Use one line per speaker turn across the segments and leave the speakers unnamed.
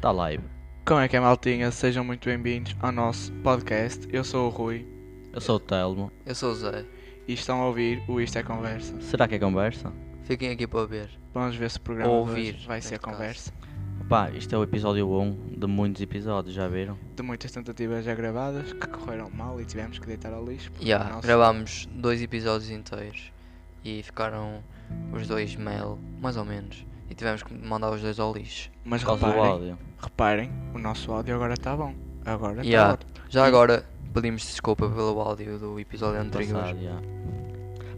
Tá live.
Como é que é, maltinha? Sejam muito bem-vindos ao nosso podcast. Eu sou o Rui
Eu sou o Telmo.
Eu sou o Zé.
e estão a ouvir o Isto é Conversa.
Será que é conversa?
Fiquem aqui para ver.
Vamos ver se o programa
Ou
de hoje
ouvir,
vai ser a
neste
conversa.
Pá, isto é o episódio 1 de muitos episódios, já viram?
De muitas tentativas já gravadas que correram mal e tivemos que deitar ao lixo. porque
Já,
o nosso-
gravámos dois episódios inteiros e ficaram os dois mail, mais ou menos. E tivemos que mandar os dois ao lixo.
Mas
Por causa do
reparem,
áudio.
reparem, o nosso áudio agora está bom. Agora está
Já.
ótimo.
Já agora pedimos desculpa pelo áudio do episódio anterior.
Passado, já.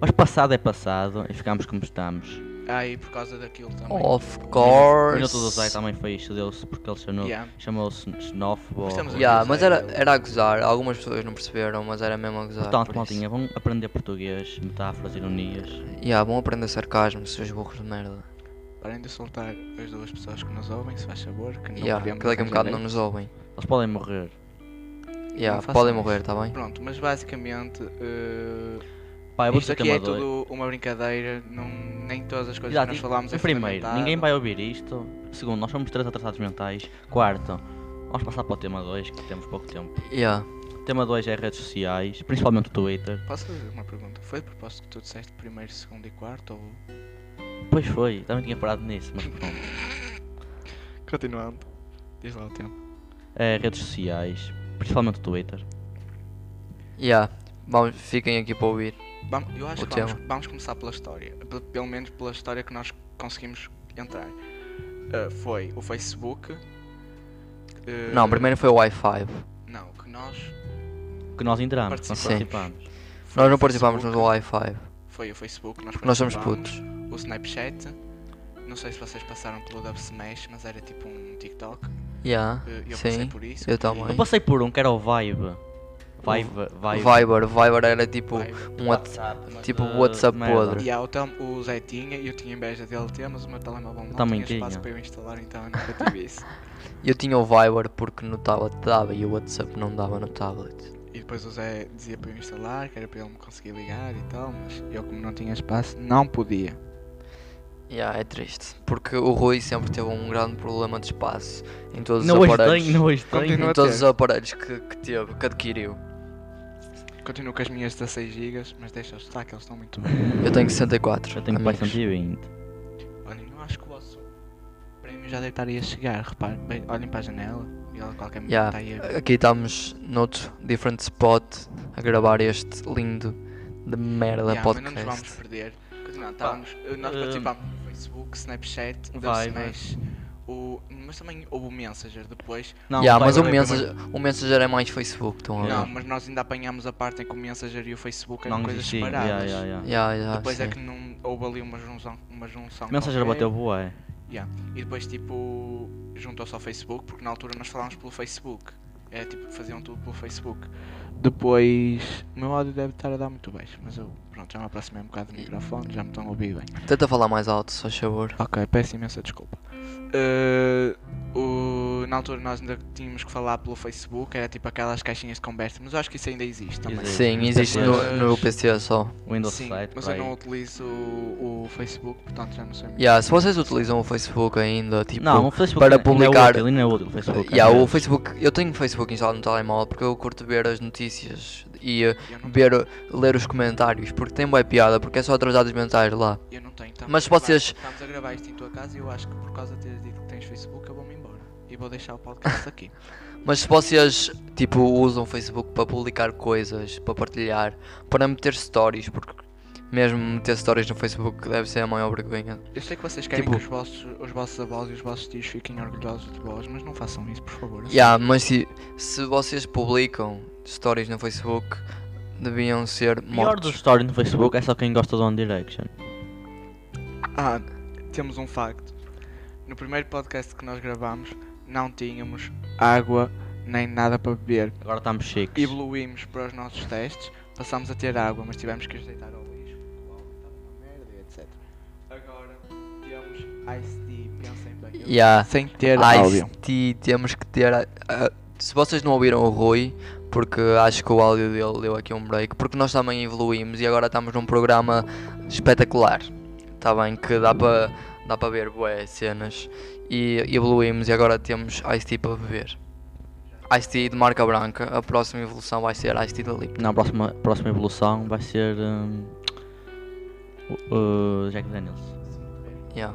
Mas passado é passado e ficámos como estamos.
Ah, e por causa daquilo também.
Of
O minuto do Zé
course.
também foi isto, deu-se porque ele chamou-
Yeah.
chamou-se xenófobo.
Mas estamos a-
Já, mas era,
Zé,
era a gozar. Algumas pessoas não perceberam, mas era mesmo a gozar.
Portanto,
por isso.
Então, maltinha, vão aprender português, metáforas, ironias.
Já, bom aprender sarcasmo, seus burros de merda.
Parem de soltar as duas pessoas que nos ouvem, se faz favor, que não
Já,
queremos
que daqui a um
ofender
bocado não
ninguém.
nos ouvem.
Eles podem morrer.
Já,
façam
podem
isso.
morrer, tá bem?
Pronto, mas basicamente. eh,
Pá, Ah, eu vou
Isto
dizer
aqui é
tema dois.
tudo uma brincadeira, não, nem todas as coisas
Já,
que nós
digo-
falámos é
Primeiro,
fundamentado.
ninguém vai ouvir isto. Segundo, nós somos três atrasados mentais. Quarto, vamos passar para o tema 2, que temos pouco tempo.
Já.
O tema 2 é redes sociais, principalmente o Twitter.
Posso fazer uma pergunta? Foi de propósito que tu disseste primeiro, segundo e quarto ou...
Pois foi, também tinha parado nisso, mas pronto.
Continuando. Diz lá o tempo.
É, redes sociais, principalmente o Twitter.
Já. Vamos, fiquem aqui para ouvir.
Vamos, eu acho
O
que vamos, vamos começar pela história. Pe- Pelo menos pela história que nós conseguimos entrar. Ah, foi o Facebook... eh,
Não, primeiro foi o Wi-Fi.
Não, que nós...
Que nós entramos, que nós
Sim.
participamos.
foi
Nós
o
não participámos no
Facebook,
Wi-Fi.
Foi o Facebook, nós
Nós somos
participámos,
putos.
O Snapchat... Não sei se vocês passaram pelo Dub Smash, mas era tipo um TikTok.
Já.
Eh, Eu passei
Sim.
por isso.
eu
e-
também.
Eu passei por um que era o Vibe. Vibe, Vibe.
Viber. Viber era tipo
Vai,
um Whats-
WhatsApp,
tipo
mas,
WhatsApp
merda.
podre.
E há o, tam, o Zé tinha e eu tinha inveja dele ter, mas o meu telemóvel não
Também
tinha espaço
tinha.
para eu instalar, então eu nunca tive isso.
Eu tinha o Viber porque no tablet dava e o WhatsApp não dava no tablet.
E depois o Zé dizia para eu instalar, que era para ele me conseguir ligar e tal, mas eu como não tinha espaço, não podia.
Já, é triste. Porque o Rui sempre teve um grande problema de espaço em todos
Não
os
hoje
aparelhos.
tenho, não hoje tenho.
Continua.
Em
a
todos
ter.
os aparelhos que, que teve, que adquiriu.
Continuo com as minhas 16 GB, mas deixa-os estar que eles estão muito bem.
Eu tenho 64.
Eu tenho
amigos.
mais 120.
Olhem, eu acho que o vosso prémio já deitaria chegar, repare, bem, olhem para a janela e ela a qualquer momento
Yeah.
está aí a...
Aqui estamos noutro different spot a gravar este lindo de merda
Yeah, mas não nos vamos
podcast.
perder. Continuando, estávamos, nós
hum,
participámos no Facebook, Snapchat, Dub
vai, vai.
Smash, o, mas também houve o Messenger depois.
Não,
yeah,
Viber
mas um o
é primeiro.
Messenger, o Messenger é mais Facebook, estão a
Não,
ver?
mas nós ainda apanhámos a parte em que o Messenger e o Facebook eram
Não
coisas
existia. Yeah,
separadas.
yeah, yeah. Ah,
Yeah, yeah,
Depois é
sim.
que não houve ali uma junção. Uma junção
Mensageiro
qualquer.
bateu boé.
Yeah. E depois, tipo, juntou-se ao Facebook, porque na altura nós falámos pelo Facebook. É tipo, faziam tudo pelo Facebook. Depois. O meu áudio deve estar a dar muito baixo, mas eu, pronto, já me aproximei um bocado do microfone, já me estão a ouvir bem.
Tenta falar mais alto, se faz favor.
Ok, peço imensa desculpa. Eh, o- na altura nós ainda tínhamos que falar pelo Facebook, era tipo aquelas caixinhas de conversa, mas eu acho que isso ainda existe também.
Existe.
Sim,
mas
existe no,
depois-
no PC só.
Windows
Sim,
7,
mas
por
eu não
aí.
utilizo o, o Facebook, portanto já não sei muito.
Yeah, se vocês utilizam o Facebook ainda, tipo.
Não, o Facebook
para
ainda é
publicar-
útil, ainda é útil o Facebook.
yeah,
ainda é
o Facebook, eu tenho Facebook instalado no telemóvel porque eu curto ver as notícias e eh,
Eu, não,
ver, ler os comentários porque tem boa piada, porque é só atrasados mentais lá.
eu não tenho. Estamos
Mas
a gravar-
vocês-
Estamos a gravar isto em tua casa e eu acho que por causa de teres dito que tens Facebook eu vou-me embora. E vou deixar o podcast aqui.
Mas se vocês, tipo, usam o Facebook para publicar coisas, para partilhar, para meter stories, porque mesmo meter stories no Facebook deve ser a maior vergonha.
Eu sei que vocês querem
Tipo-
que os vossos, os vossos avós e os vossos tios fiquem orgulhosos de vós, mas não façam isso, por favor. eu sei.
Yeah, mas se, se vocês publicam stories no Facebook, deviam ser
útil. O pior do
mortos.
story no Facebook é só quem gosta do One Direction.
Ah, temos um facto. No primeiro podcast que nós gravámos, não tínhamos água nem nada para beber.
Agora estamos chiques.
Evoluímos para os nossos testes, passámos a ter água, mas tivemos que os deitar ao lixo. o álcool estava uma merda e etc. Agora temos Ice D, pensem bem. eu-
Yeah.
Sem ter
Ice
áudio.
T, temos que ter. a- a- se vocês não ouviram o Rui, porque acho que o áudio dele deu aqui um break, porque nós também evoluímos e agora estamos num programa espetacular. Está bem? Tá Que dá para dá para ver bué cenas e evoluímos e agora temos Ice-T para beber. Ice-T de marca branca, a próxima evolução vai ser Ice-T da Lip.
Não, a próxima, próxima evolução vai ser. hum, o- o Jack Daniels.
Yeah.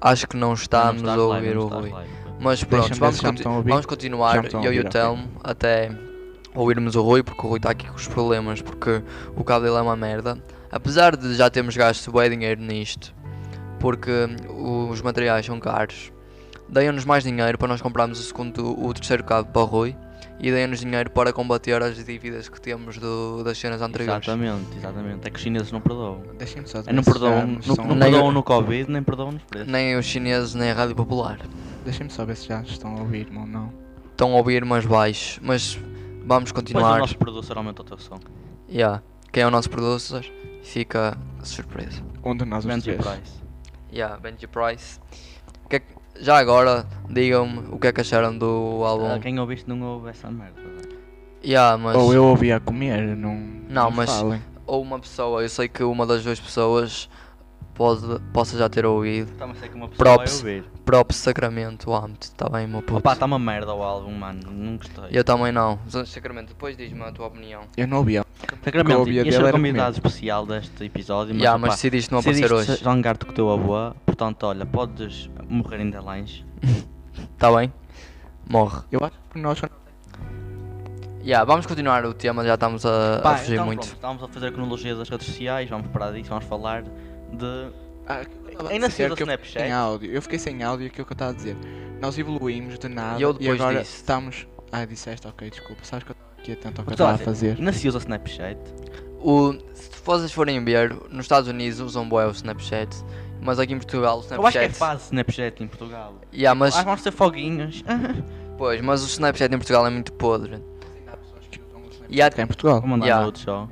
Acho que não
Não
estamos
estás
Tá a
live,
ouvir
não
o
estás
Rui.
live, ok.
Mas pronto,
Deixa-me ver
vamos,
se já me
conti-
estão a ouvir.
vamos
Já
continuar,
me estão a
eu e
ouvir,
o
ok.
Telmo, até ouvirmos o Rui, porque o Rui está aqui com os problemas, porque o cabo dele é uma merda. Apesar de já termos gasto bem dinheiro nisto, porque hum, os materiais são caros, deem-nos mais dinheiro para nós comprarmos o segundo, o terceiro cabo para o Rui, e deem-nos dinheiro para combater as dívidas que temos do- das cenas anteriores.
Exatamente, exatamente. É que os chineses não perdoam.
Deixem-me só
É, não perdoam,
ver se já
no,
estão-
não
Nem-
perdoam no Covid, nem perdoam nos preços.
Nem os chineses, nem a Rádio Popular.
Deixem-me só ver se já estão a ouvir-me ou não.
Estão a ouvir mais baixo, mas
Depois
vamos
o
continuar.
nosso produtor aumenta o teu som.
Yeah. Quem é o nosso producer? Fica surpreso.
Um de nós os
Menos e
três.
price.
Yeah, Benji Price. Que é que- já agora, digam-me o que é que acharam do álbum.
Ah, Quem ouviste não ouve essa merda.
Yeah, mas,
Ou eu ouvi a comer, não.
Não, mas-
falem.
ou uma pessoa, eu sei que uma das duas pessoas pode, possa já ter ouvido.
Está-me a ser Tá, é que uma pessoa
Props.
vai ouvir.
Próprio Sacramento, amo-te, está bem, meu puto.
Opa, tá- está uma merda o álbum, mano. Não gostei.
Eu também não. Sacramento, depois diz-me a tua opinião.
Eu não ouvi.
Sacramento,
Eu ouvi a
ia
dele
ser
era
o convidado especial deste episódio, mas,
yeah,
opa,
mas decidiste não aparecer
decidiste
hoje.
já um gato com o teu avô, portanto, olha, podes morrer ainda lá
Está Tá bem? Morre.
Eu acho que nós.
Yeah, vamos continuar o tema, já estamos a, a
Pá,
fugir
então,
Ah, muito.
pronto, estamos a fazer a cronologia das redes sociais, vamos parar disso, vamos falar de...
Ah,
Ainda se
dizer
assim,
usa
que eu fiquei
Snapchat?
Sem áudio. Eu fiquei sem áudio, aquilo que eu estava a dizer. Nós evoluímos de nada
E eu depois
agora
disse.
estamos. Ah, disseste, ok, desculpa. Sabes que eu estava aqui atento ao que eu
Mas, olha,
estava a fazer.
Ainda se usa Snapchat?
O, se vocês forem ver, nos Estados Unidos usam bué o Snapchat, mas aqui em Portugal o Snapchat.
Eu acho que é fase Snapchat em Portugal.
Yeah, mas,
Ah, vão ser foguinhos. é
pois, mas o Snapchat em Portugal é muito podre. E há
Cá É em Portugal.
Vou mandar
Yeah.
nudes só.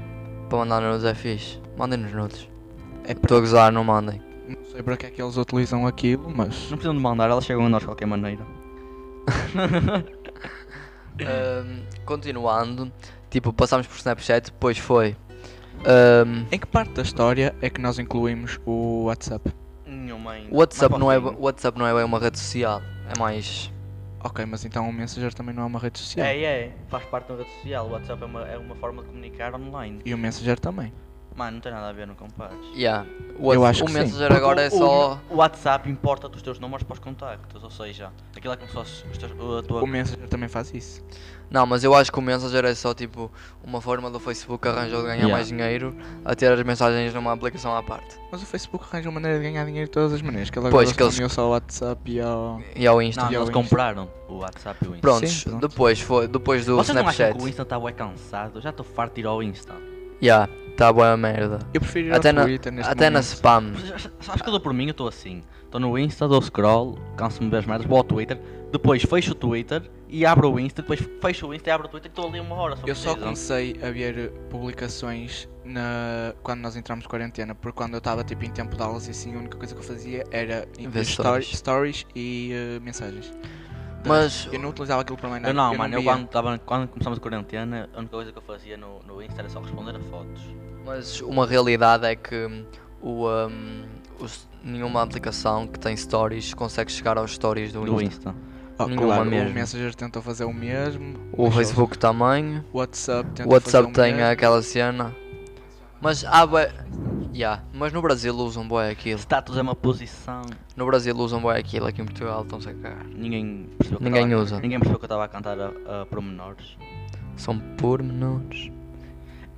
para mandar nudes é fixe. Mandem-nos nudes.
É
Estou a gozar, não mandem.
Não sei para que é que eles utilizam aquilo, mas.
Não precisam de mandar, elas chegam a nós de qualquer maneira. Uhum.
Ahm, continuando, tipo, passámos por Snapchat, depois foi. ahm,
Em que parte da história é que nós incluímos o WhatsApp?
Nenhuma ainda.
o WhatsApp
Mais
não, é,
para o
o WhatsApp não é bem uma rede social, é mais.
Ok, mas então o Messenger também não é uma rede
fim.
social.
É, é. Faz parte da rede social. O WhatsApp é uma, é uma forma de comunicar online.
E o Messenger também.
Mano, não tem nada a ver, não compares.
Yeah. O,
Eu
Whats-
acho
o
que sim.
Messenger
Porque
agora
o-
é só.
O WhatsApp importa-te os teus números para os contactos, ou seja, aquilo é como se fosse os teus, a tua...
O Messenger também faz isso.
Não, mas eu acho que o Messenger é só tipo uma forma do Facebook arranjou de ganhar
Yeah.
mais dinheiro a ter as mensagens numa aplicação à parte.
Mas o Facebook arranja maneira de ganhar dinheiro de todas as maneiras. Que ele
Pois,
agora
que eles-
se uniu só ao WhatsApp e ao.
E ao Insta.
Não,
e ao
eles
Insta.
compraram o WhatsApp e o Insta.
Prontos,
Sim, pronto.
depois foi depois do
Vocês não acham
Snapchat.
que o Insta está bué cansado? Eu Já estou farto de ir ao Insta.
Yeah, tá boa merda.
Eu prefiro ir
Até
ao
na,
Twitter neste
até na
momento.
spam.
Sabes que eu dou por mim, eu estou assim. Estou no Insta, dou scroll, canso-me das merdas, vou ao Twitter, depois fecho o Twitter e abro o Insta, depois fecho o Insta e abro o Twitter e estou ali uma hora.
Eu só
preciso.
comecei a ver publicações na... quando nós entramos de quarentena, porque quando eu estava tipo em tempo de aulas e assim, a única coisa que eu fazia era
Ver
stories.
stories.
stories e eh, mensagens. Então,
Mas
Eu não utilizava aquilo para mais nada.
Eu não, mano, eu
via.
quando, tava, quando começamos a quarentena, a única coisa que eu fazia no, no Insta era só responder a fotos.
Mas uma realidade é que hum, o, hum, os- nenhuma aplicação que tem stories consegue chegar aos stories do,
Do
Insta.
Insta.
Ah,
nenhuma
claro,
mesmo.
o Messenger tentou fazer o mesmo.
O
mas eles-
Facebook também.
O WhatsApp
O
tentou
um
WhatsApp
fazer o
tem
mesmo.
aquela cena. Mas há bué. Yeah, mas no Brasil usam bué aquilo.
Status é uma posição.
No Brasil usam bué aquilo, aqui em Portugal estão-se a cagar.
Ninguém percebeu que eu
Ninguém
tava-
usa.
Ninguém percebeu que eu estava a cantar a, a promenores.
São pormenores.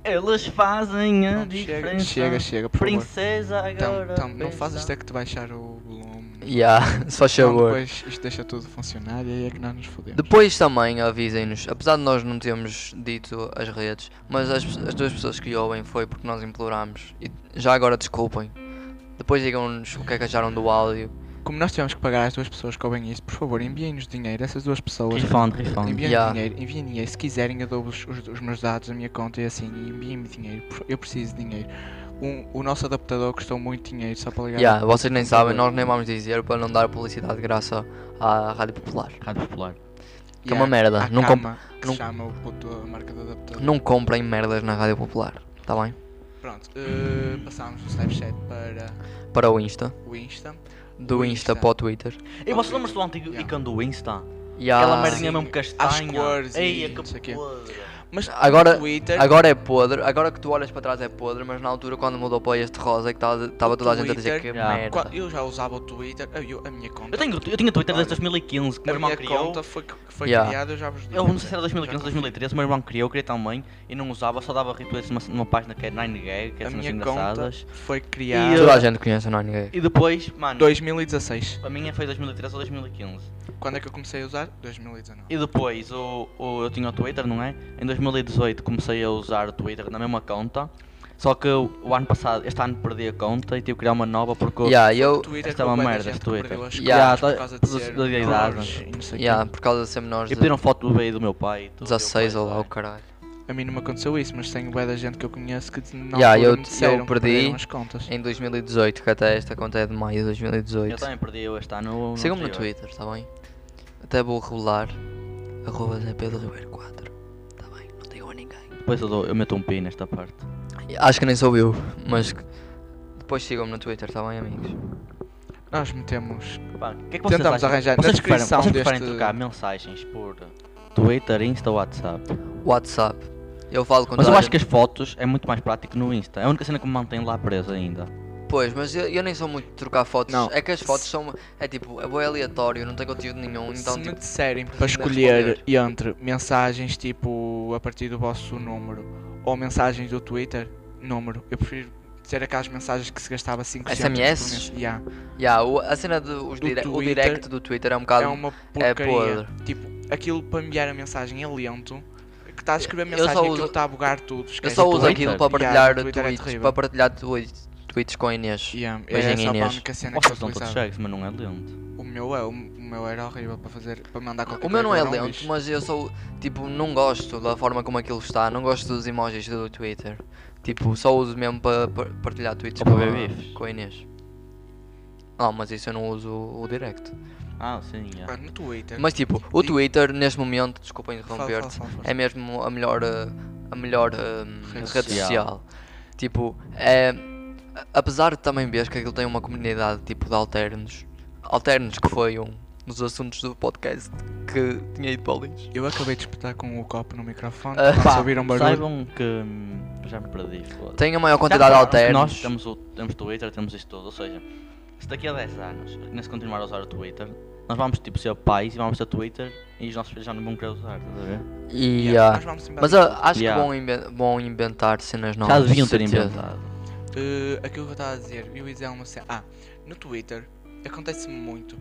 Eles fazem a
Não, Chega,
diferença.
chega, chega, por favor.
Princesa agora.
Então, então, não
pensa.
fazes até que te baixar o volume.
Yeah, só
Senão
favor. Depois...
Depois isto deixa tudo funcionar e aí é que nós nos fodemos.
também avisem-nos, apesar de nós não termos dito as redes, mas as, as duas pessoas que ouvem foi porque nós implorámos. E já agora desculpem. Depois digam-nos o que é que acharam do áudio.
Como nós tivemos que pagar às duas pessoas que ouvem isto, por favor, enviem-nos dinheiro. Essas duas pessoas.
Responde, responde.
Enviem
Yeah.
dinheiro, enviem dinheiro. Se quiserem, eu dou-vos os, os meus dados, a minha conta e assim. e Enviem-me dinheiro. por- Eu preciso de dinheiro. Um- o nosso adaptador custou muito dinheiro só para ligar.
Yeah, vocês nem sabem, nós nem vamos dizer para não dar publicidade de graça à Rádio Popular.
Rádio Popular.
e
Que é uma
à-
merda.
à
Não, comp-
cama, que se
não-
chama o puto, a marca do adaptador.
não comprem merdas na Rádio Popular, tá bem?
Pronto, eh, passámos do Snapchat para
Para o Insta.
o Insta.
Do
O
Insta
Insta.
para o Twitter.
E vocês lembram-se do antigo
Yeah. Ah,
ícone do Insta?
E
Aquela
há-
merdinha
sim.
mesmo castanha.
As cores e
Ei, que
não sei o quê.
podre.
Mas
Agora-
no Twitter,
Agora é podre, agora que tu olhas para trás é podre, mas na altura quando mudou para este rosa é que estava
O
toda a gente a dizer
Twitter-
que
Yeah.
merda.
qua- eu já usava o Twitter, eu- eu- a minha conta.
Eu, tenho, eu tinha Twitter desde
Olha,
2015, que o
a
meu irmão
minha
criou.
conta foi, que foi
Yeah. É um
criada, eu já tá vos digo.
Eu não sei se era 2015 ou 2013, o meu irmão criou, eu criei também, e não usava, só dava retweets numa, numa página que é 9gag, que é
A
cenas
minha conta
engraçadas.
foi
E
criada
eu-
Toda a gente conhece, não há ninguém.
E depois, mano,
em 2016.
a minha foi 2013 ou 2015.
Quando é que eu comecei a usar? 2019.
E depois, o, o- eu tinha o Twitter, não é? Em 2018 comecei a usar o Twitter na mesma conta, só que o, o ano passado, este ano perdi a conta e tive que criar uma nova porque... eu-
Yeah, eu,
Twitter
Esta é uma
com bué da
merda,
gente
este Twitter.
que perdeu as
Yeah,
contas
tá-
por causa de
da-
ser
da idade.
pobres e não sei o quê.
yeah, por causa de ser menores
E
de
pediram foto do bebê do meu pai. e tudo,
16
eu,
ou lá o
pai,
caralho.
A mim não me aconteceu isso, mas tenho bué da gente que eu conheço que não
Yeah, eu- eu
me disseram que
perdi
perderam as contas.
Em 2018, que até esta conta é de maio de
Eu
2018.
também perdi eu este ano. no
Sigam-me no
anterior.
Twitter, está bem? Até vou revelar. Arroba Zé Pedro Ribeiro 4. Está bem, não digo a ninguém.
Depois eu, dou, eu meto um pi nesta parte.
Acho que nem sou eu, mas que- depois sigam-me no Twitter, está bem, amigos?
Nós metemos.
Pá, o que é que vocês
Tentamos
acham?
arranjar na
vocês preferem-
descrição
vocês preferem
deste-
trocar mensagens por Twitter, Insta ou WhatsApp?
WhatsApp. Eu falo com
Mas
toda
eu
a
acho que
gente.
as fotos é muito mais prático no Insta. É a única cena que me mantém lá preso ainda.
Pois, mas eu, eu nem sou muito de trocar fotos.
Não.
É que as fotos são. É tipo, é boi aleatório, não tem conteúdo nenhum. Então,
se me
tipo,
disserem para
ainda
escolher
responder.
entre mensagens tipo a partir do vosso número ou mensagens do Twitter, número, eu prefiro dizer aquelas mensagens que se gastava 5
SMS?
Yeah.
yeah, o- a cena dos
Do
dire... o
Twitter
direct do Twitter é um bocado.
É uma
é
porcaria. tipo, aquilo para enviar a mensagem é lento. Que está a escrever a
Eu
mensagem
só
e
uso-
aquilo está a bugar tudo.
Eu
esquece.
só uso
Twitter?
aquilo
Yeah,
para partilhar
o Twitter é
tweets,
terrível.
para partilhar tweets, tweets com a Inês.
Yeah, é
Beijinho,
só para a
Inês.
única cena que eu
Vocês estão todos
utilizava.
cegos, mas não é lento.
O meu é, o meu era horrível para fazer, para mandar qualquer
O
coisa,
meu não é
era um
lento,
lixo.
mas eu sou, tipo, não gosto da forma como aquilo está, não gosto dos emojis do Twitter. Tipo, só uso mesmo para partilhar tweets
Ou para
com,
ver
a,
bifes.
com a Inês. Ah, mas isso eu não uso o direct.
Ah, sim, é.
Ah, no Twitter.
Mas tipo, o
E-
Twitter neste momento, desculpa
Fala, fala,
interromper-te,
fala, fala.
é mesmo a melhor eh, a melhor eh,
Rede
rede
social.
social. Tipo, é a- apesar de também veres que aquilo tem uma comunidade tipo de alternos, alternos que foi um dos assuntos do podcast que tinha ido para o lixo.
Eu acabei de espetar com o copo no microfone.
Ah,
Uh,
pá,
ouviram barulho?
Saibam que hum, já me perdi. foda-se.
Tem a maior
Já
quantidade de
repararam que
alternos.
Nós temos, o, temos Twitter, temos isto tudo. Ou seja, se daqui a 10 anos ainda se continuar a usar o Twitter, nós vamos tipo ser pais e vamos ter Twitter e os nossos filhos já não vão querer usar, estás a ver?
E,
Yeah,
ah,
nós vamos embora.
mas ah, acho
Yeah.
que vão, inven- vão inventar cenas novas.
já deviam ter
é certeza. É
inventado.
Eh, aquilo que eu estava a dizer, eu ia dizer uma cena. Ah, no Twitter acontece-me muito.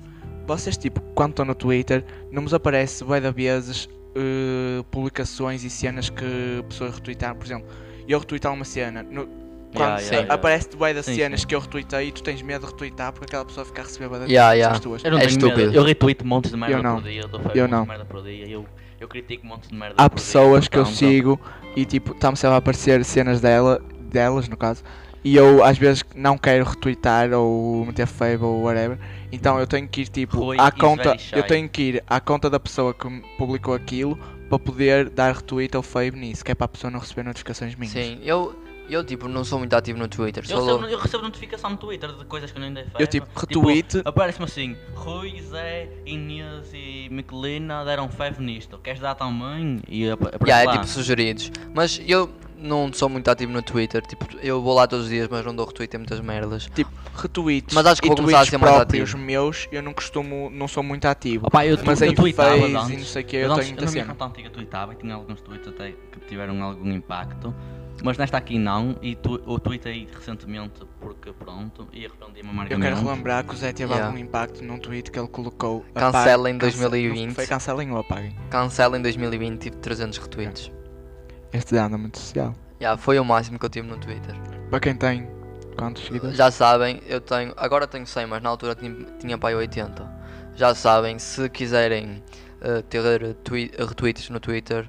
Vocês, tipo, quando estão no Twitter, não vos aparece bué de vezes eh, publicações e cenas que pessoas retweetaram. Por exemplo, eu retweetar uma cena. No,
Yeah,
quando
yeah,
sim,
yeah.
aparece-te bué de
Sim,
cenas
sim.
que eu retuitei e tu tens medo de retweetar porque aquela pessoa fica a receber bué de
Yeah, yeah.
as tuas.
Eu não
É
tenho medo.
estúpido.
Eu retweet montes de merda
Eu não.
por dia, eu dou fé
Eu
montes
não.
de merda por dia, eu, eu critico montes de merda
há
por dia, então,
pessoas que eu
portanto,
sigo e tipo, está-me sempre a aparecer cenas dela, delas no caso, e eu às vezes não quero retweetar ou meter fave ou whatever, então eu tenho que ir tipo
Rui
à
is
conta,
very shy.
eu tenho que ir à conta da pessoa que me publicou aquilo para poder dar retweet ou fave nisso, que é para a pessoa não receber notificações minhas.
Sim, eu, eu tipo não sou muito ativo no Twitter.
Eu
Sou
recebo, eu recebo notificação no Twitter de coisas que eu ainda faço.
Eu tipo, retweet,
Aparece-me assim, Rui, Zé, Inês e Miquelina deram fave nisto, queres dar também? E apa- aparece
Yeah, é
lá.
tipo sugeridos. Mas eu não sou muito ativo no Twitter. Tipo, eu vou lá todos os dias, mas não dou retweet a muitas merdas.
tipo, retweets
Mas acho que
e
vou começar a
tweets
ser mais
próprios
ativo.
meus, eu não costumo, não sou muito ativo.
Opa, eu,
Mas
eu
em
tweetava
Face e
antes.
não sei o quê,
eu
eu
antes-
tenho
eu na
muita
minha
cena.
conta antiga tweetava e tinha alguns tweets até que tiveram algum impacto. Mas nesta aqui não, e tu, eu tweetei recentemente porque pronto, e arrependi-me
Eu quero
amargamente.
relembrar que o Zé teve
Yeah.
algum impacto num tweet que ele colocou.
Cancela em
apague- cance-
2020.
Foi cancelem ou apaguem.
Cancela em 2020, tive 300 tipo, retweets.
Este ano é muito social.
Yeah, foi o máximo que eu tive no Twitter.
Para quem tem quantos seguidores?
Já sabem, eu tenho. Agora tenho 100, mas na altura tinha, tinha pai 80. Já sabem, se quiserem eh, ter twi- retweets no Twitter,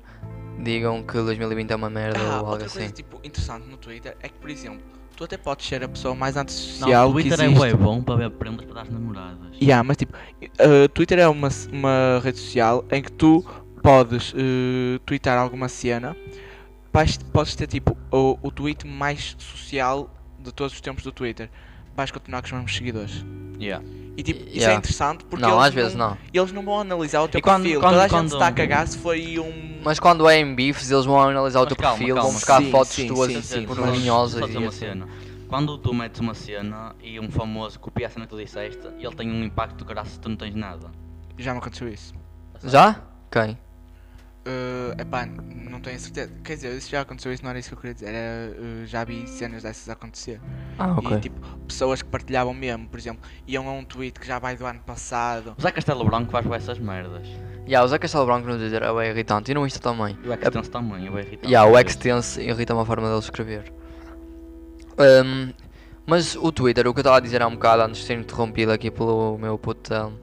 digam que 2020 é uma merda
Ah,
ou algo
outra coisa
assim.
tipo, interessante no Twitter é que, por exemplo, tu até podes ser a pessoa mais antissocial
Não, o
que
Twitter é
existe.
bué bom para ver prendas para dar às namoradas.
Yeah, mas tipo, eh, Twitter é uma, c- uma rede social em que tu podes eh, twittar alguma cena vais- podes ter tipo o, o tweet mais social de todos os tempos do Twitter. Vais continuar com os mesmos seguidores.
Yeah.
E tipo, isso é
Yeah.
interessante porque
não,
eles,
às vezes não.
eles não vão analisar o teu
E quando-
perfil.
quando-
Toda a gente
quando-
se está a cagar se foi um.
Mas quando é em bifes, eles vão analisar o
Mas
teu
calma,
perfil,
calma.
vão buscar
Sim,
fotos
sim,
tuas
sim,
Quer dizer,
sim,
só-
vergonhosas
só dizer
e
uma
assim.
cena. Quando tu metes uma cena e um famoso copia a cena que tu disseste, ele tem um impacto graças se tu não tens nada.
Já me aconteceu isso.
Já? Quem?
é epá, não tenho certeza. Quer dizer, isso já aconteceu, isso não era isso que eu queria dizer. Era, eh, já vi cenas dessas acontecer.
Ah,
E
ok.
tipo, pessoas que partilhavam mesmo, por exemplo, iam a um tweet que já vai do ano passado.
O Zé Castelo Branco faz bué essas merdas.
E há o Zé Castelo Branco não dizer, é bem irritante. E no Insta também.
E o Extense também, eu irritante.
E há o Extense irrita-me a forma dele escrever. Ahm, mas o Twitter, o que eu estava a dizer há um bocado antes de ser interrompido aqui pelo meu putão,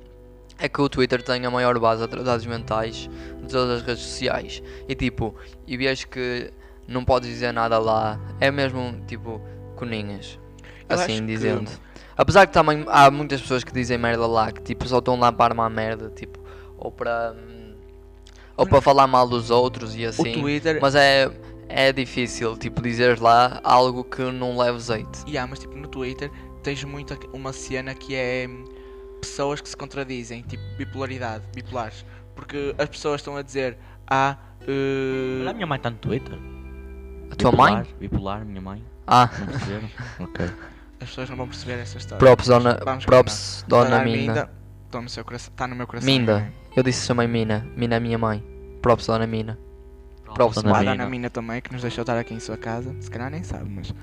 é que o Twitter tem a maior base de atrasados mentais de todas as redes sociais. E tipo, e vês que não podes dizer nada lá, é mesmo tipo coninhas.
Eu acho
Assim
que-
dizendo. Apesar que também há muitas pessoas que dizem merda lá, que tipo só estão lá para armar merda, tipo, ou para. hum, ou para falar mal dos outros e assim.
o Twitter.
Mas é, é difícil, tipo, dizer lá algo que não leve jeito.
Yeah, mas tipo, no Twitter tens muito aqu- uma cena que é hum, pessoas que se contradizem, tipo bipolaridade, bipolares. Porque as pessoas estão a dizer, ah, eh,
Olha, a minha mãe está no Twitter.
A tua mãe?
Bipolar, Bipolar, minha mãe.
Ah,
Não perceberam? ok.
as pessoas não vão perceber essa história.
props, dona,
Vamos
props, dona Mina.
Está no, seu coração, tá no meu coração.
Minda, eu disse chamei Mina. Mina é minha mãe. Props, dona Mina. Props,
Dona
Uma
Ana
dona
Mina.
Mina também, que nos deixou estar aqui em sua casa. Se calhar nem sabe, mas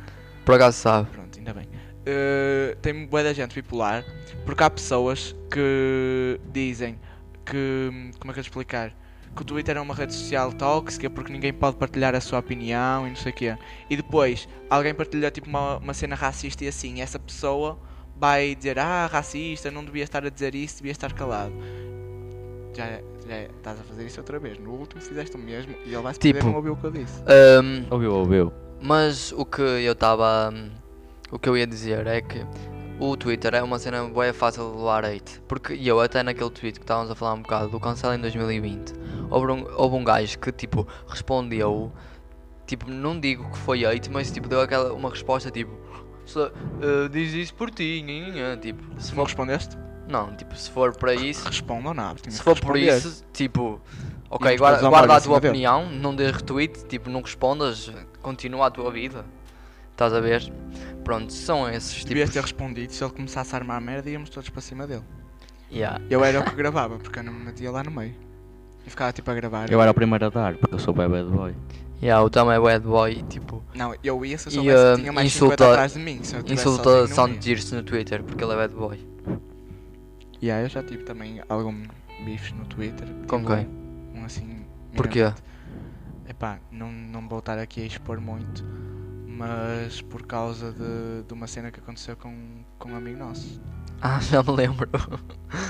Por acaso sabe?
pronto, ainda bem. Eh, tem boa da gente bipolar, porque há pessoas que dizem que. Como é que eu te explicar? Que o Twitter é uma rede social tóxica porque ninguém pode partilhar a sua opinião e não sei o quê. E depois alguém partilha tipo uma, uma cena racista e assim, essa pessoa vai dizer Ah, racista, não devia estar a dizer isso, devia estar calado. Já, já estás a fazer isso outra vez. No último fizeste o mesmo e ele vai se perder
Tipo,
não ouviu o que eu disse.
Ahm,
Ouviu, ouviu.
Mas o que eu estava. O que eu ia dizer é que o Twitter é uma cena boa fácil de levar hate. Porque eu, até naquele tweet que estávamos a falar um bocado do cancel em 2020, houve um, houve um gajo que tipo respondeu. Tipo, não digo que foi hate, mas tipo deu aquela uma resposta tipo. "Só, eh, diz isso por ti, nhanhanhã", tipo,
Se não respondeste,
não, tipo, se for para isso,
responda ou não.
se for por isso, tipo,
Tínhamos
ok,
que
guarda,
fazer uma
guarda a
análise
tua
dele.
opinião, não dês retweet, tipo, não respondas, continua a tua vida. Estás a ver? Pronto, são esses tipo,
Devias ter
tipos.
respondido, se ele começasse a armar merda, íamos todos para cima dele.
Yeah.
Eu era o que gravava, porque eu não me metia lá no meio. E ficava tipo a gravar.
Eu era o primeiro a dar, porque eu sou bad boy.
Yeah, o Tom é bad boy, tipo,
Não, eu ia se eu
E,
soubesse que
ah,
tinha mais
insulta-
50 atrás de mim. Se eu tivesse
insulta
sozinho, não
Sound
ia.
Gears no Twitter porque ele é bad boy.
Yeah, eu já tive também algum bife no Twitter.
Com
Tipo,
quem?
Um assim...
Porquê?
minimamente. Epá, não, não vou estar aqui a expor muito, mas por causa de, de uma cena que aconteceu com, com um amigo nosso.
Ah, já me lembro.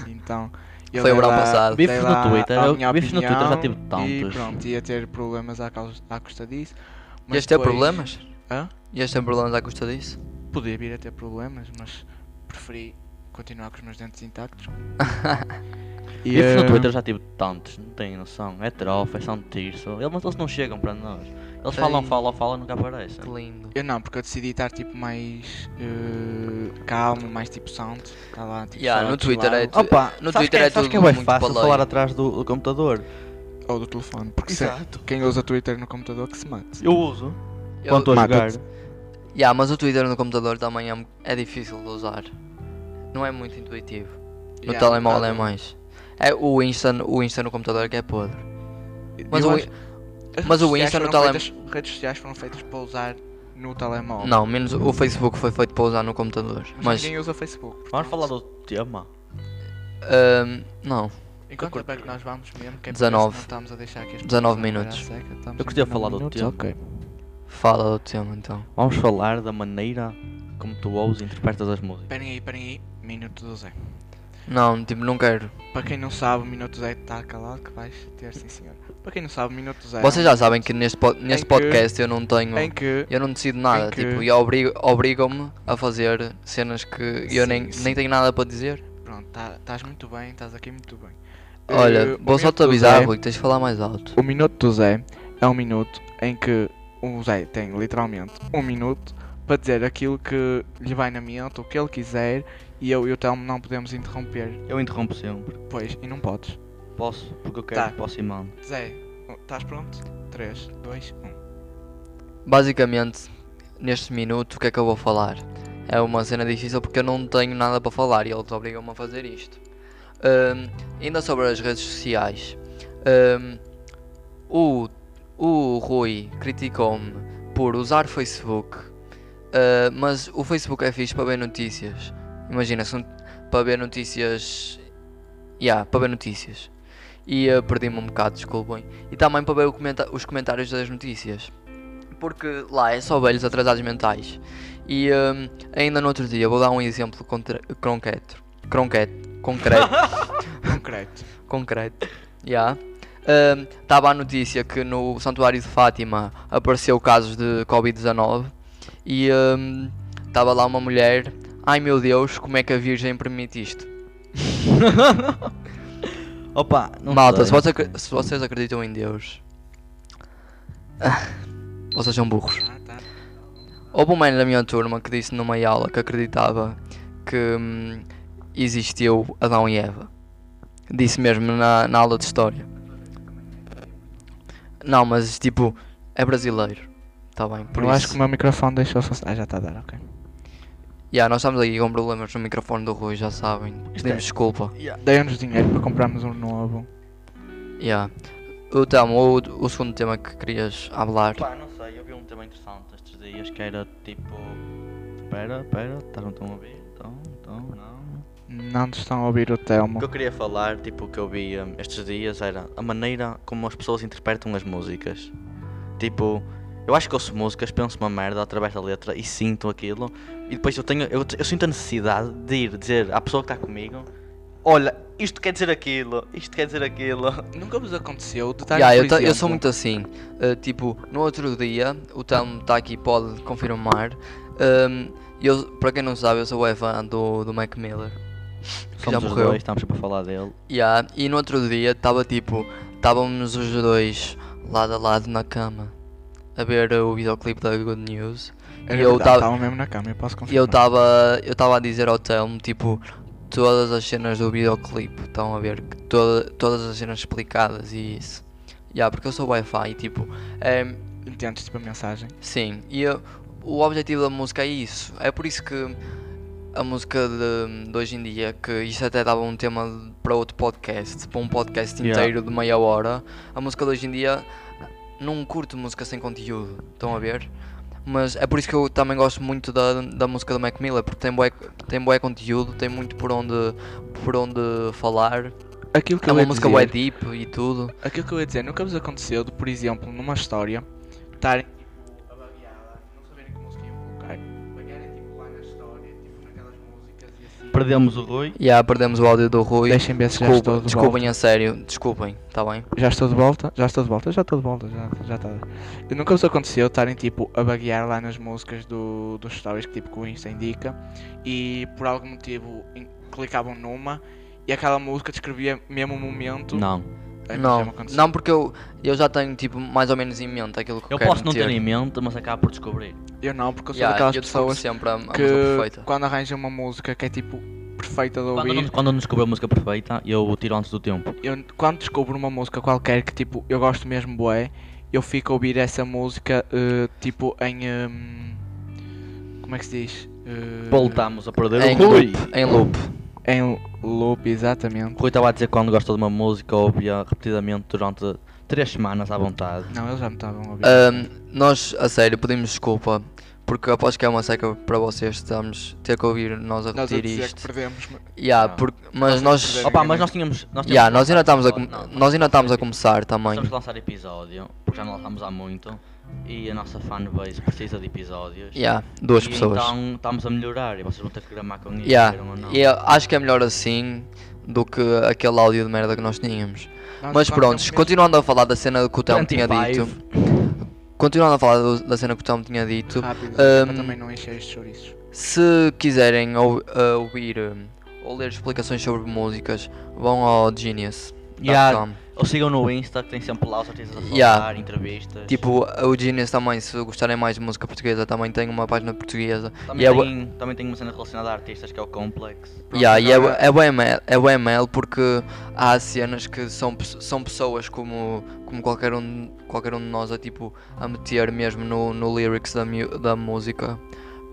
Então... eu
Foi o
dei
verão
lá-
passado.
dei
Bifes no
lá
Twitter,
a
eu-
minha
bifes no Twitter já tive
opinião E
tantos.
pronto, ia ter problemas à, causa, à custa disso. mas
Ias ter
depois-
problemas?
Hã?
Ias ter problemas à custa disso?
Podia vir a ter problemas, mas preferi continuar com os meus dentes intactos. e,
Bifes no
eh,
Twitter já tive tantos, não têm noção. É trofa, é São Tirso. Eles, mas eles não chegam para nós. Eles falam,
Ei.
falam, falam e nunca aparecem.
Que lindo.
Eu não, porque eu decidi estar tipo mais eh, calmo, mais tipo sound. Tá lá, tipo,
Yeah,
só
no
a
Twitter é
chilar.
tu- Opa, no
sabes
Twitter
que,
é
sabes
tudo
que é bué
muito
fácil
paleio.
falar atrás do, do computador.
é
Ou do telefone, porque se- quem usa Twitter no computador que se mate.
Eu uso.
Eu-
Quando estou a jogar.
Mata-te.
Yeah, mas o Twitter no computador também é, mu- é difícil de usar. Não é muito intuitivo. No
Yeah,
telemóvel
tá-
é mais. É o Insta, o Insta no computador que é podre. Mas
eu
o-
acho- as
mas o
redes
Insta
sociais
no
foram
telem-
feitas- redes sociais foram feitas para usar no telemóvel.
Não, menos o Facebook foi feito para usar no computador.
Mas,
Mas.
ninguém usa Facebook.
Vamos
portanto,
falar do tema.
ahm, hum, não.
Em quanto tempo é que nós vamos mesmo? Que é
19.
porque senão estamos a deixar aqui as
19
pessoas a
minutos.
trabalhar à seca, estamos
Eu queria
em 19
falar do
minutos,
tempo.
ok.
Fala do tema então.
Vamos falar da maneira como tu ouves e interpretas as músicas.
Esperem aí, esperem aí. Minuto do Zé.
Não, tipo, não quero.
Para quem não sabe, o Minuto do Zé está calado que vais ter, sim senhor. Para quem não sabe, o Minuto do Zé. é
Vocês
um
já sabem que neste, pod- neste
que-
podcast eu não tenho.
minuto Em que.
Eu não decido nada.
em que-
Tipo, e obri- obrigam-me a fazer cenas que eu
Sim,
nem,
sim.
nem tenho nada para dizer.
Pronto, tá- estás muito bem, estás aqui muito bem. Eh,
Olha,
o é
vou só
Minuto
te
do
avisar,
Zé-
Rui, que tens de falar mais alto.
O Minuto do Zé é um minuto em que o Zé tem literalmente um minuto para dizer aquilo que lhe vai na mente, o que ele quiser, e eu e o Telmo não podemos interromper.
Eu interrompo sempre.
Pois, e não podes.
Posso, porque eu quero
Tá.
que possa ir mal.
Zé, estás pronto? um. 3, 2, 1.
Basicamente, neste minuto, o que é que eu vou falar? É uma cena difícil porque eu não tenho nada para falar e eles obrigam-me a fazer isto. Ahm, ainda sobre as redes sociais, ahm, o, o Rui criticou-me por usar Facebook, ah, mas o Facebook é fixe para ver notícias. Imagina, se não- para ver notícias. Yeah, para ver notícias. E ah, perdi-me um bocado, desculpem. E também para ver o comenta- os comentários das notícias porque lá é só velhos atrasados mentais. E hum, ainda no outro dia, vou dar um exemplo contra- concreto. Concreto. Concreto.
Concreto.
concreto. Já. Estava a notícia que no Santuário de Fátima apareceu casos de Covid-19 e estava lá uma mulher. Ai meu Deus, como é que a Virgem permite isto?
Opa, não
Malta, se,
sei.
vocês acre- se vocês acreditam em Deus, vocês são burros.
Ah, tá.
Houve um mano da minha turma que disse numa aula que acreditava que hum, existiu Adão e Eva. Disse mesmo na, na aula de história. Não, mas tipo, é brasileiro. Tá bem, por
eu
isso.
acho que o meu microfone deixou-se. Ah, já está a dar, ok.
Yeah, nós estamos aqui com problemas no microfone do Rui, já sabem. Pedimos
é-
desculpa.
Yeah.
Deem-nos dinheiro para comprarmos um novo.
Yeah. Então, o, o segundo tema que querias falar.
Pá, não sei, eu vi um tema interessante estes dias que era tipo. Pera, pera, tá- não estão a ouvir? Estão, estão, não.
Não te estão a ouvir o Telmo.
O que eu queria falar, tipo, o que eu vi hum, estes dias era a maneira como as pessoas interpretam as músicas. Tipo, eu acho que ouço músicas, penso uma merda através da letra e sinto aquilo. E depois eu tenho, eu, eu sinto a necessidade de ir dizer à pessoa que está comigo: Olha, isto quer dizer aquilo, isto quer dizer aquilo.
Nunca vos aconteceu de
Yeah, eu, ta- eu sou muito assim. Uh, tipo, no outro dia, o Telmo está aqui, pode confirmar. Um, eu, para quem não sabe, eu sou o fã do, do Mac Miller. Que já
Somos os
morreu.
dois, estamos sempre a falar dele.
Yeah, e no outro dia, estava tipo, estávamos os dois lado a lado na cama a ver uh, o videoclipe da Good News. E eu tava-
estava É mesmo na cama, eu posso
E
confirmar.
eu estava eu tava a dizer ao Telmo, tipo, todas as cenas do videoclipe, estão a ver, que toda, todas as cenas explicadas e isso. Yeah, porque eu sou Wi-Fi e tipo, é,
Entendes tipo a mensagem?
Sim, e uh, o objetivo da música é isso. É por isso que a música de, de hoje em dia, que isto até dava um tema de- para outro podcast, para um podcast
Yeah.
inteiro de meia hora, a música de hoje em dia não curto música sem conteúdo, estão a ver? Mas é por isso que eu também gosto muito da, da música do Mac Miller, porque tem bué, tem bué conteúdo, tem muito por onde, por onde falar.
Aquilo que
é
eu
uma
ia
música bué
dizer,
deep e tudo.
Aquilo que eu ia dizer, nunca vos aconteceu de, por exemplo, numa história, estarem tipo a baguear, não saberem que música iam colocar, baguearem tipo lá na história, tipo naquelas músicas e assim.
Perdemos o Rui.
Já perdemos o áudio do Rui.
Deixem ver se já
Desculpa-
estou de volta.
desculpem, a sério, desculpem, tá bem?
Já estou de volta, já estou de volta, já estou de volta, já, já está. E Nunca vos aconteceu estarem tipo a baguear lá nas músicas do, dos stories que tipo que o Insta indica e por algum motivo em- clicavam numa e aquela música descrevia mesmo o momento.
Não.
É, mas já
Não,
me aconteceu.
não porque eu, eu já tenho tipo mais ou menos em mente aquilo que
Eu
quero
posso não ter
meter.
em mente, mas acabo por descobrir.
Eu não, porque eu sou
Yeah,
daquelas
eu descubro
pessoas
sempre a, a música
que
perfeita.
quando arranjam uma música que é tipo perfeita de
Quando
ouvir,
não, quando não descobri a música perfeita, eu tiro antes do tempo.
Uhum.
eu, quando descubro uma música qualquer que tipo eu gosto mesmo bué, eu fico a ouvir essa música eh, tipo em ehm, como é que se diz? Eh,
Voltamos a perder
Em
o Rui.
loop, em loop.
Em loop, exatamente.
O Rui estava a dizer que quando gosta de uma música ouvia repetidamente durante 3 semanas à vontade.
Não, eles já me estavam a ouvir.
Ahm, nós, a sério, pedimos desculpa porque após que é uma seca para vocês estamos ter que ouvir nós a
Nós a
repetir
dizer que
isto.
perdemos. mas-
Yeah,
Não.
porque- mas nós,
perdemos.
Opa, mas nós tínhamos. Nós, tínhamos
yeah, nós ainda estamos a,
lançar-
com-
não,
nós ainda estamos a começar também.
Estamos a lançar episódio, porque já não lançámos há muito. E a nossa fanbase precisa de episódios.
Yeah, duas
e
pessoas.
Então estamos a melhorar e vocês vão ter que gramar com isso.
Yeah,
queiram ou não.
e eu acho que é melhor assim do que aquele áudio de merda que nós tínhamos.
Nós
Mas
quando
pronto,
não
continuando a falar da cena que o
Então,
Telmo tinha
25.
dito. Continuando a falar do- da cena que o Telmo tinha dito.
Rápido,
Ahm,
para também não encher estes chouriços.
Se quiserem ou, uh, a ouvir hum, ou ler explicações sobre músicas, vão ao Genius.
Yeah, Ou sigam no Insta que tem sempre lá os artistas a falar,
Yeah.
entrevistas.
Tipo, a Genius também, se gostarem mais de música portuguesa, também tem uma página portuguesa.
também,
e é bu-
tem, também tem uma cena relacionada a artistas que é o Complex.
Yeah, e é,
agora-
é, bem mel, é bem mel porque há cenas que são, pe- são pessoas como, como qualquer, um, qualquer um de nós a, tipo, a meter mesmo no, no lyrics da, mu- da música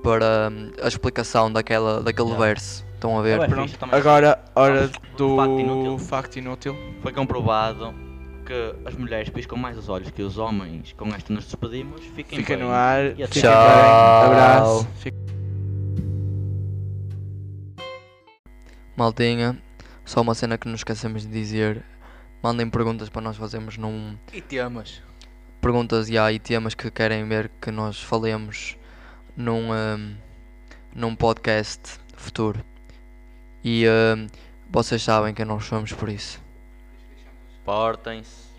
para hum, a explicação daquela, daquele
Yeah.
verso. Estão a ver?
É bem
Pronto,
fixe, também
Agora, hora
Vamos
do
facto inútil.
facto inútil.
Foi comprovado que as mulheres piscam mais os olhos que os homens. Com esta nos despedimos. Fiquem
Fica
bem.
no ar.
E assim até
fiquem bem.
breve.
Tchau.
Abraço. Fiquem
Maltinha, só uma cena que nos esquecemos de dizer. Mandem perguntas para nós fazermos num.
E temas.
Perguntas e há e temas que querem ver que nós falemos num, hum, num podcast futuro. E hum, vocês sabem que nós somos por isso.
Portem-se.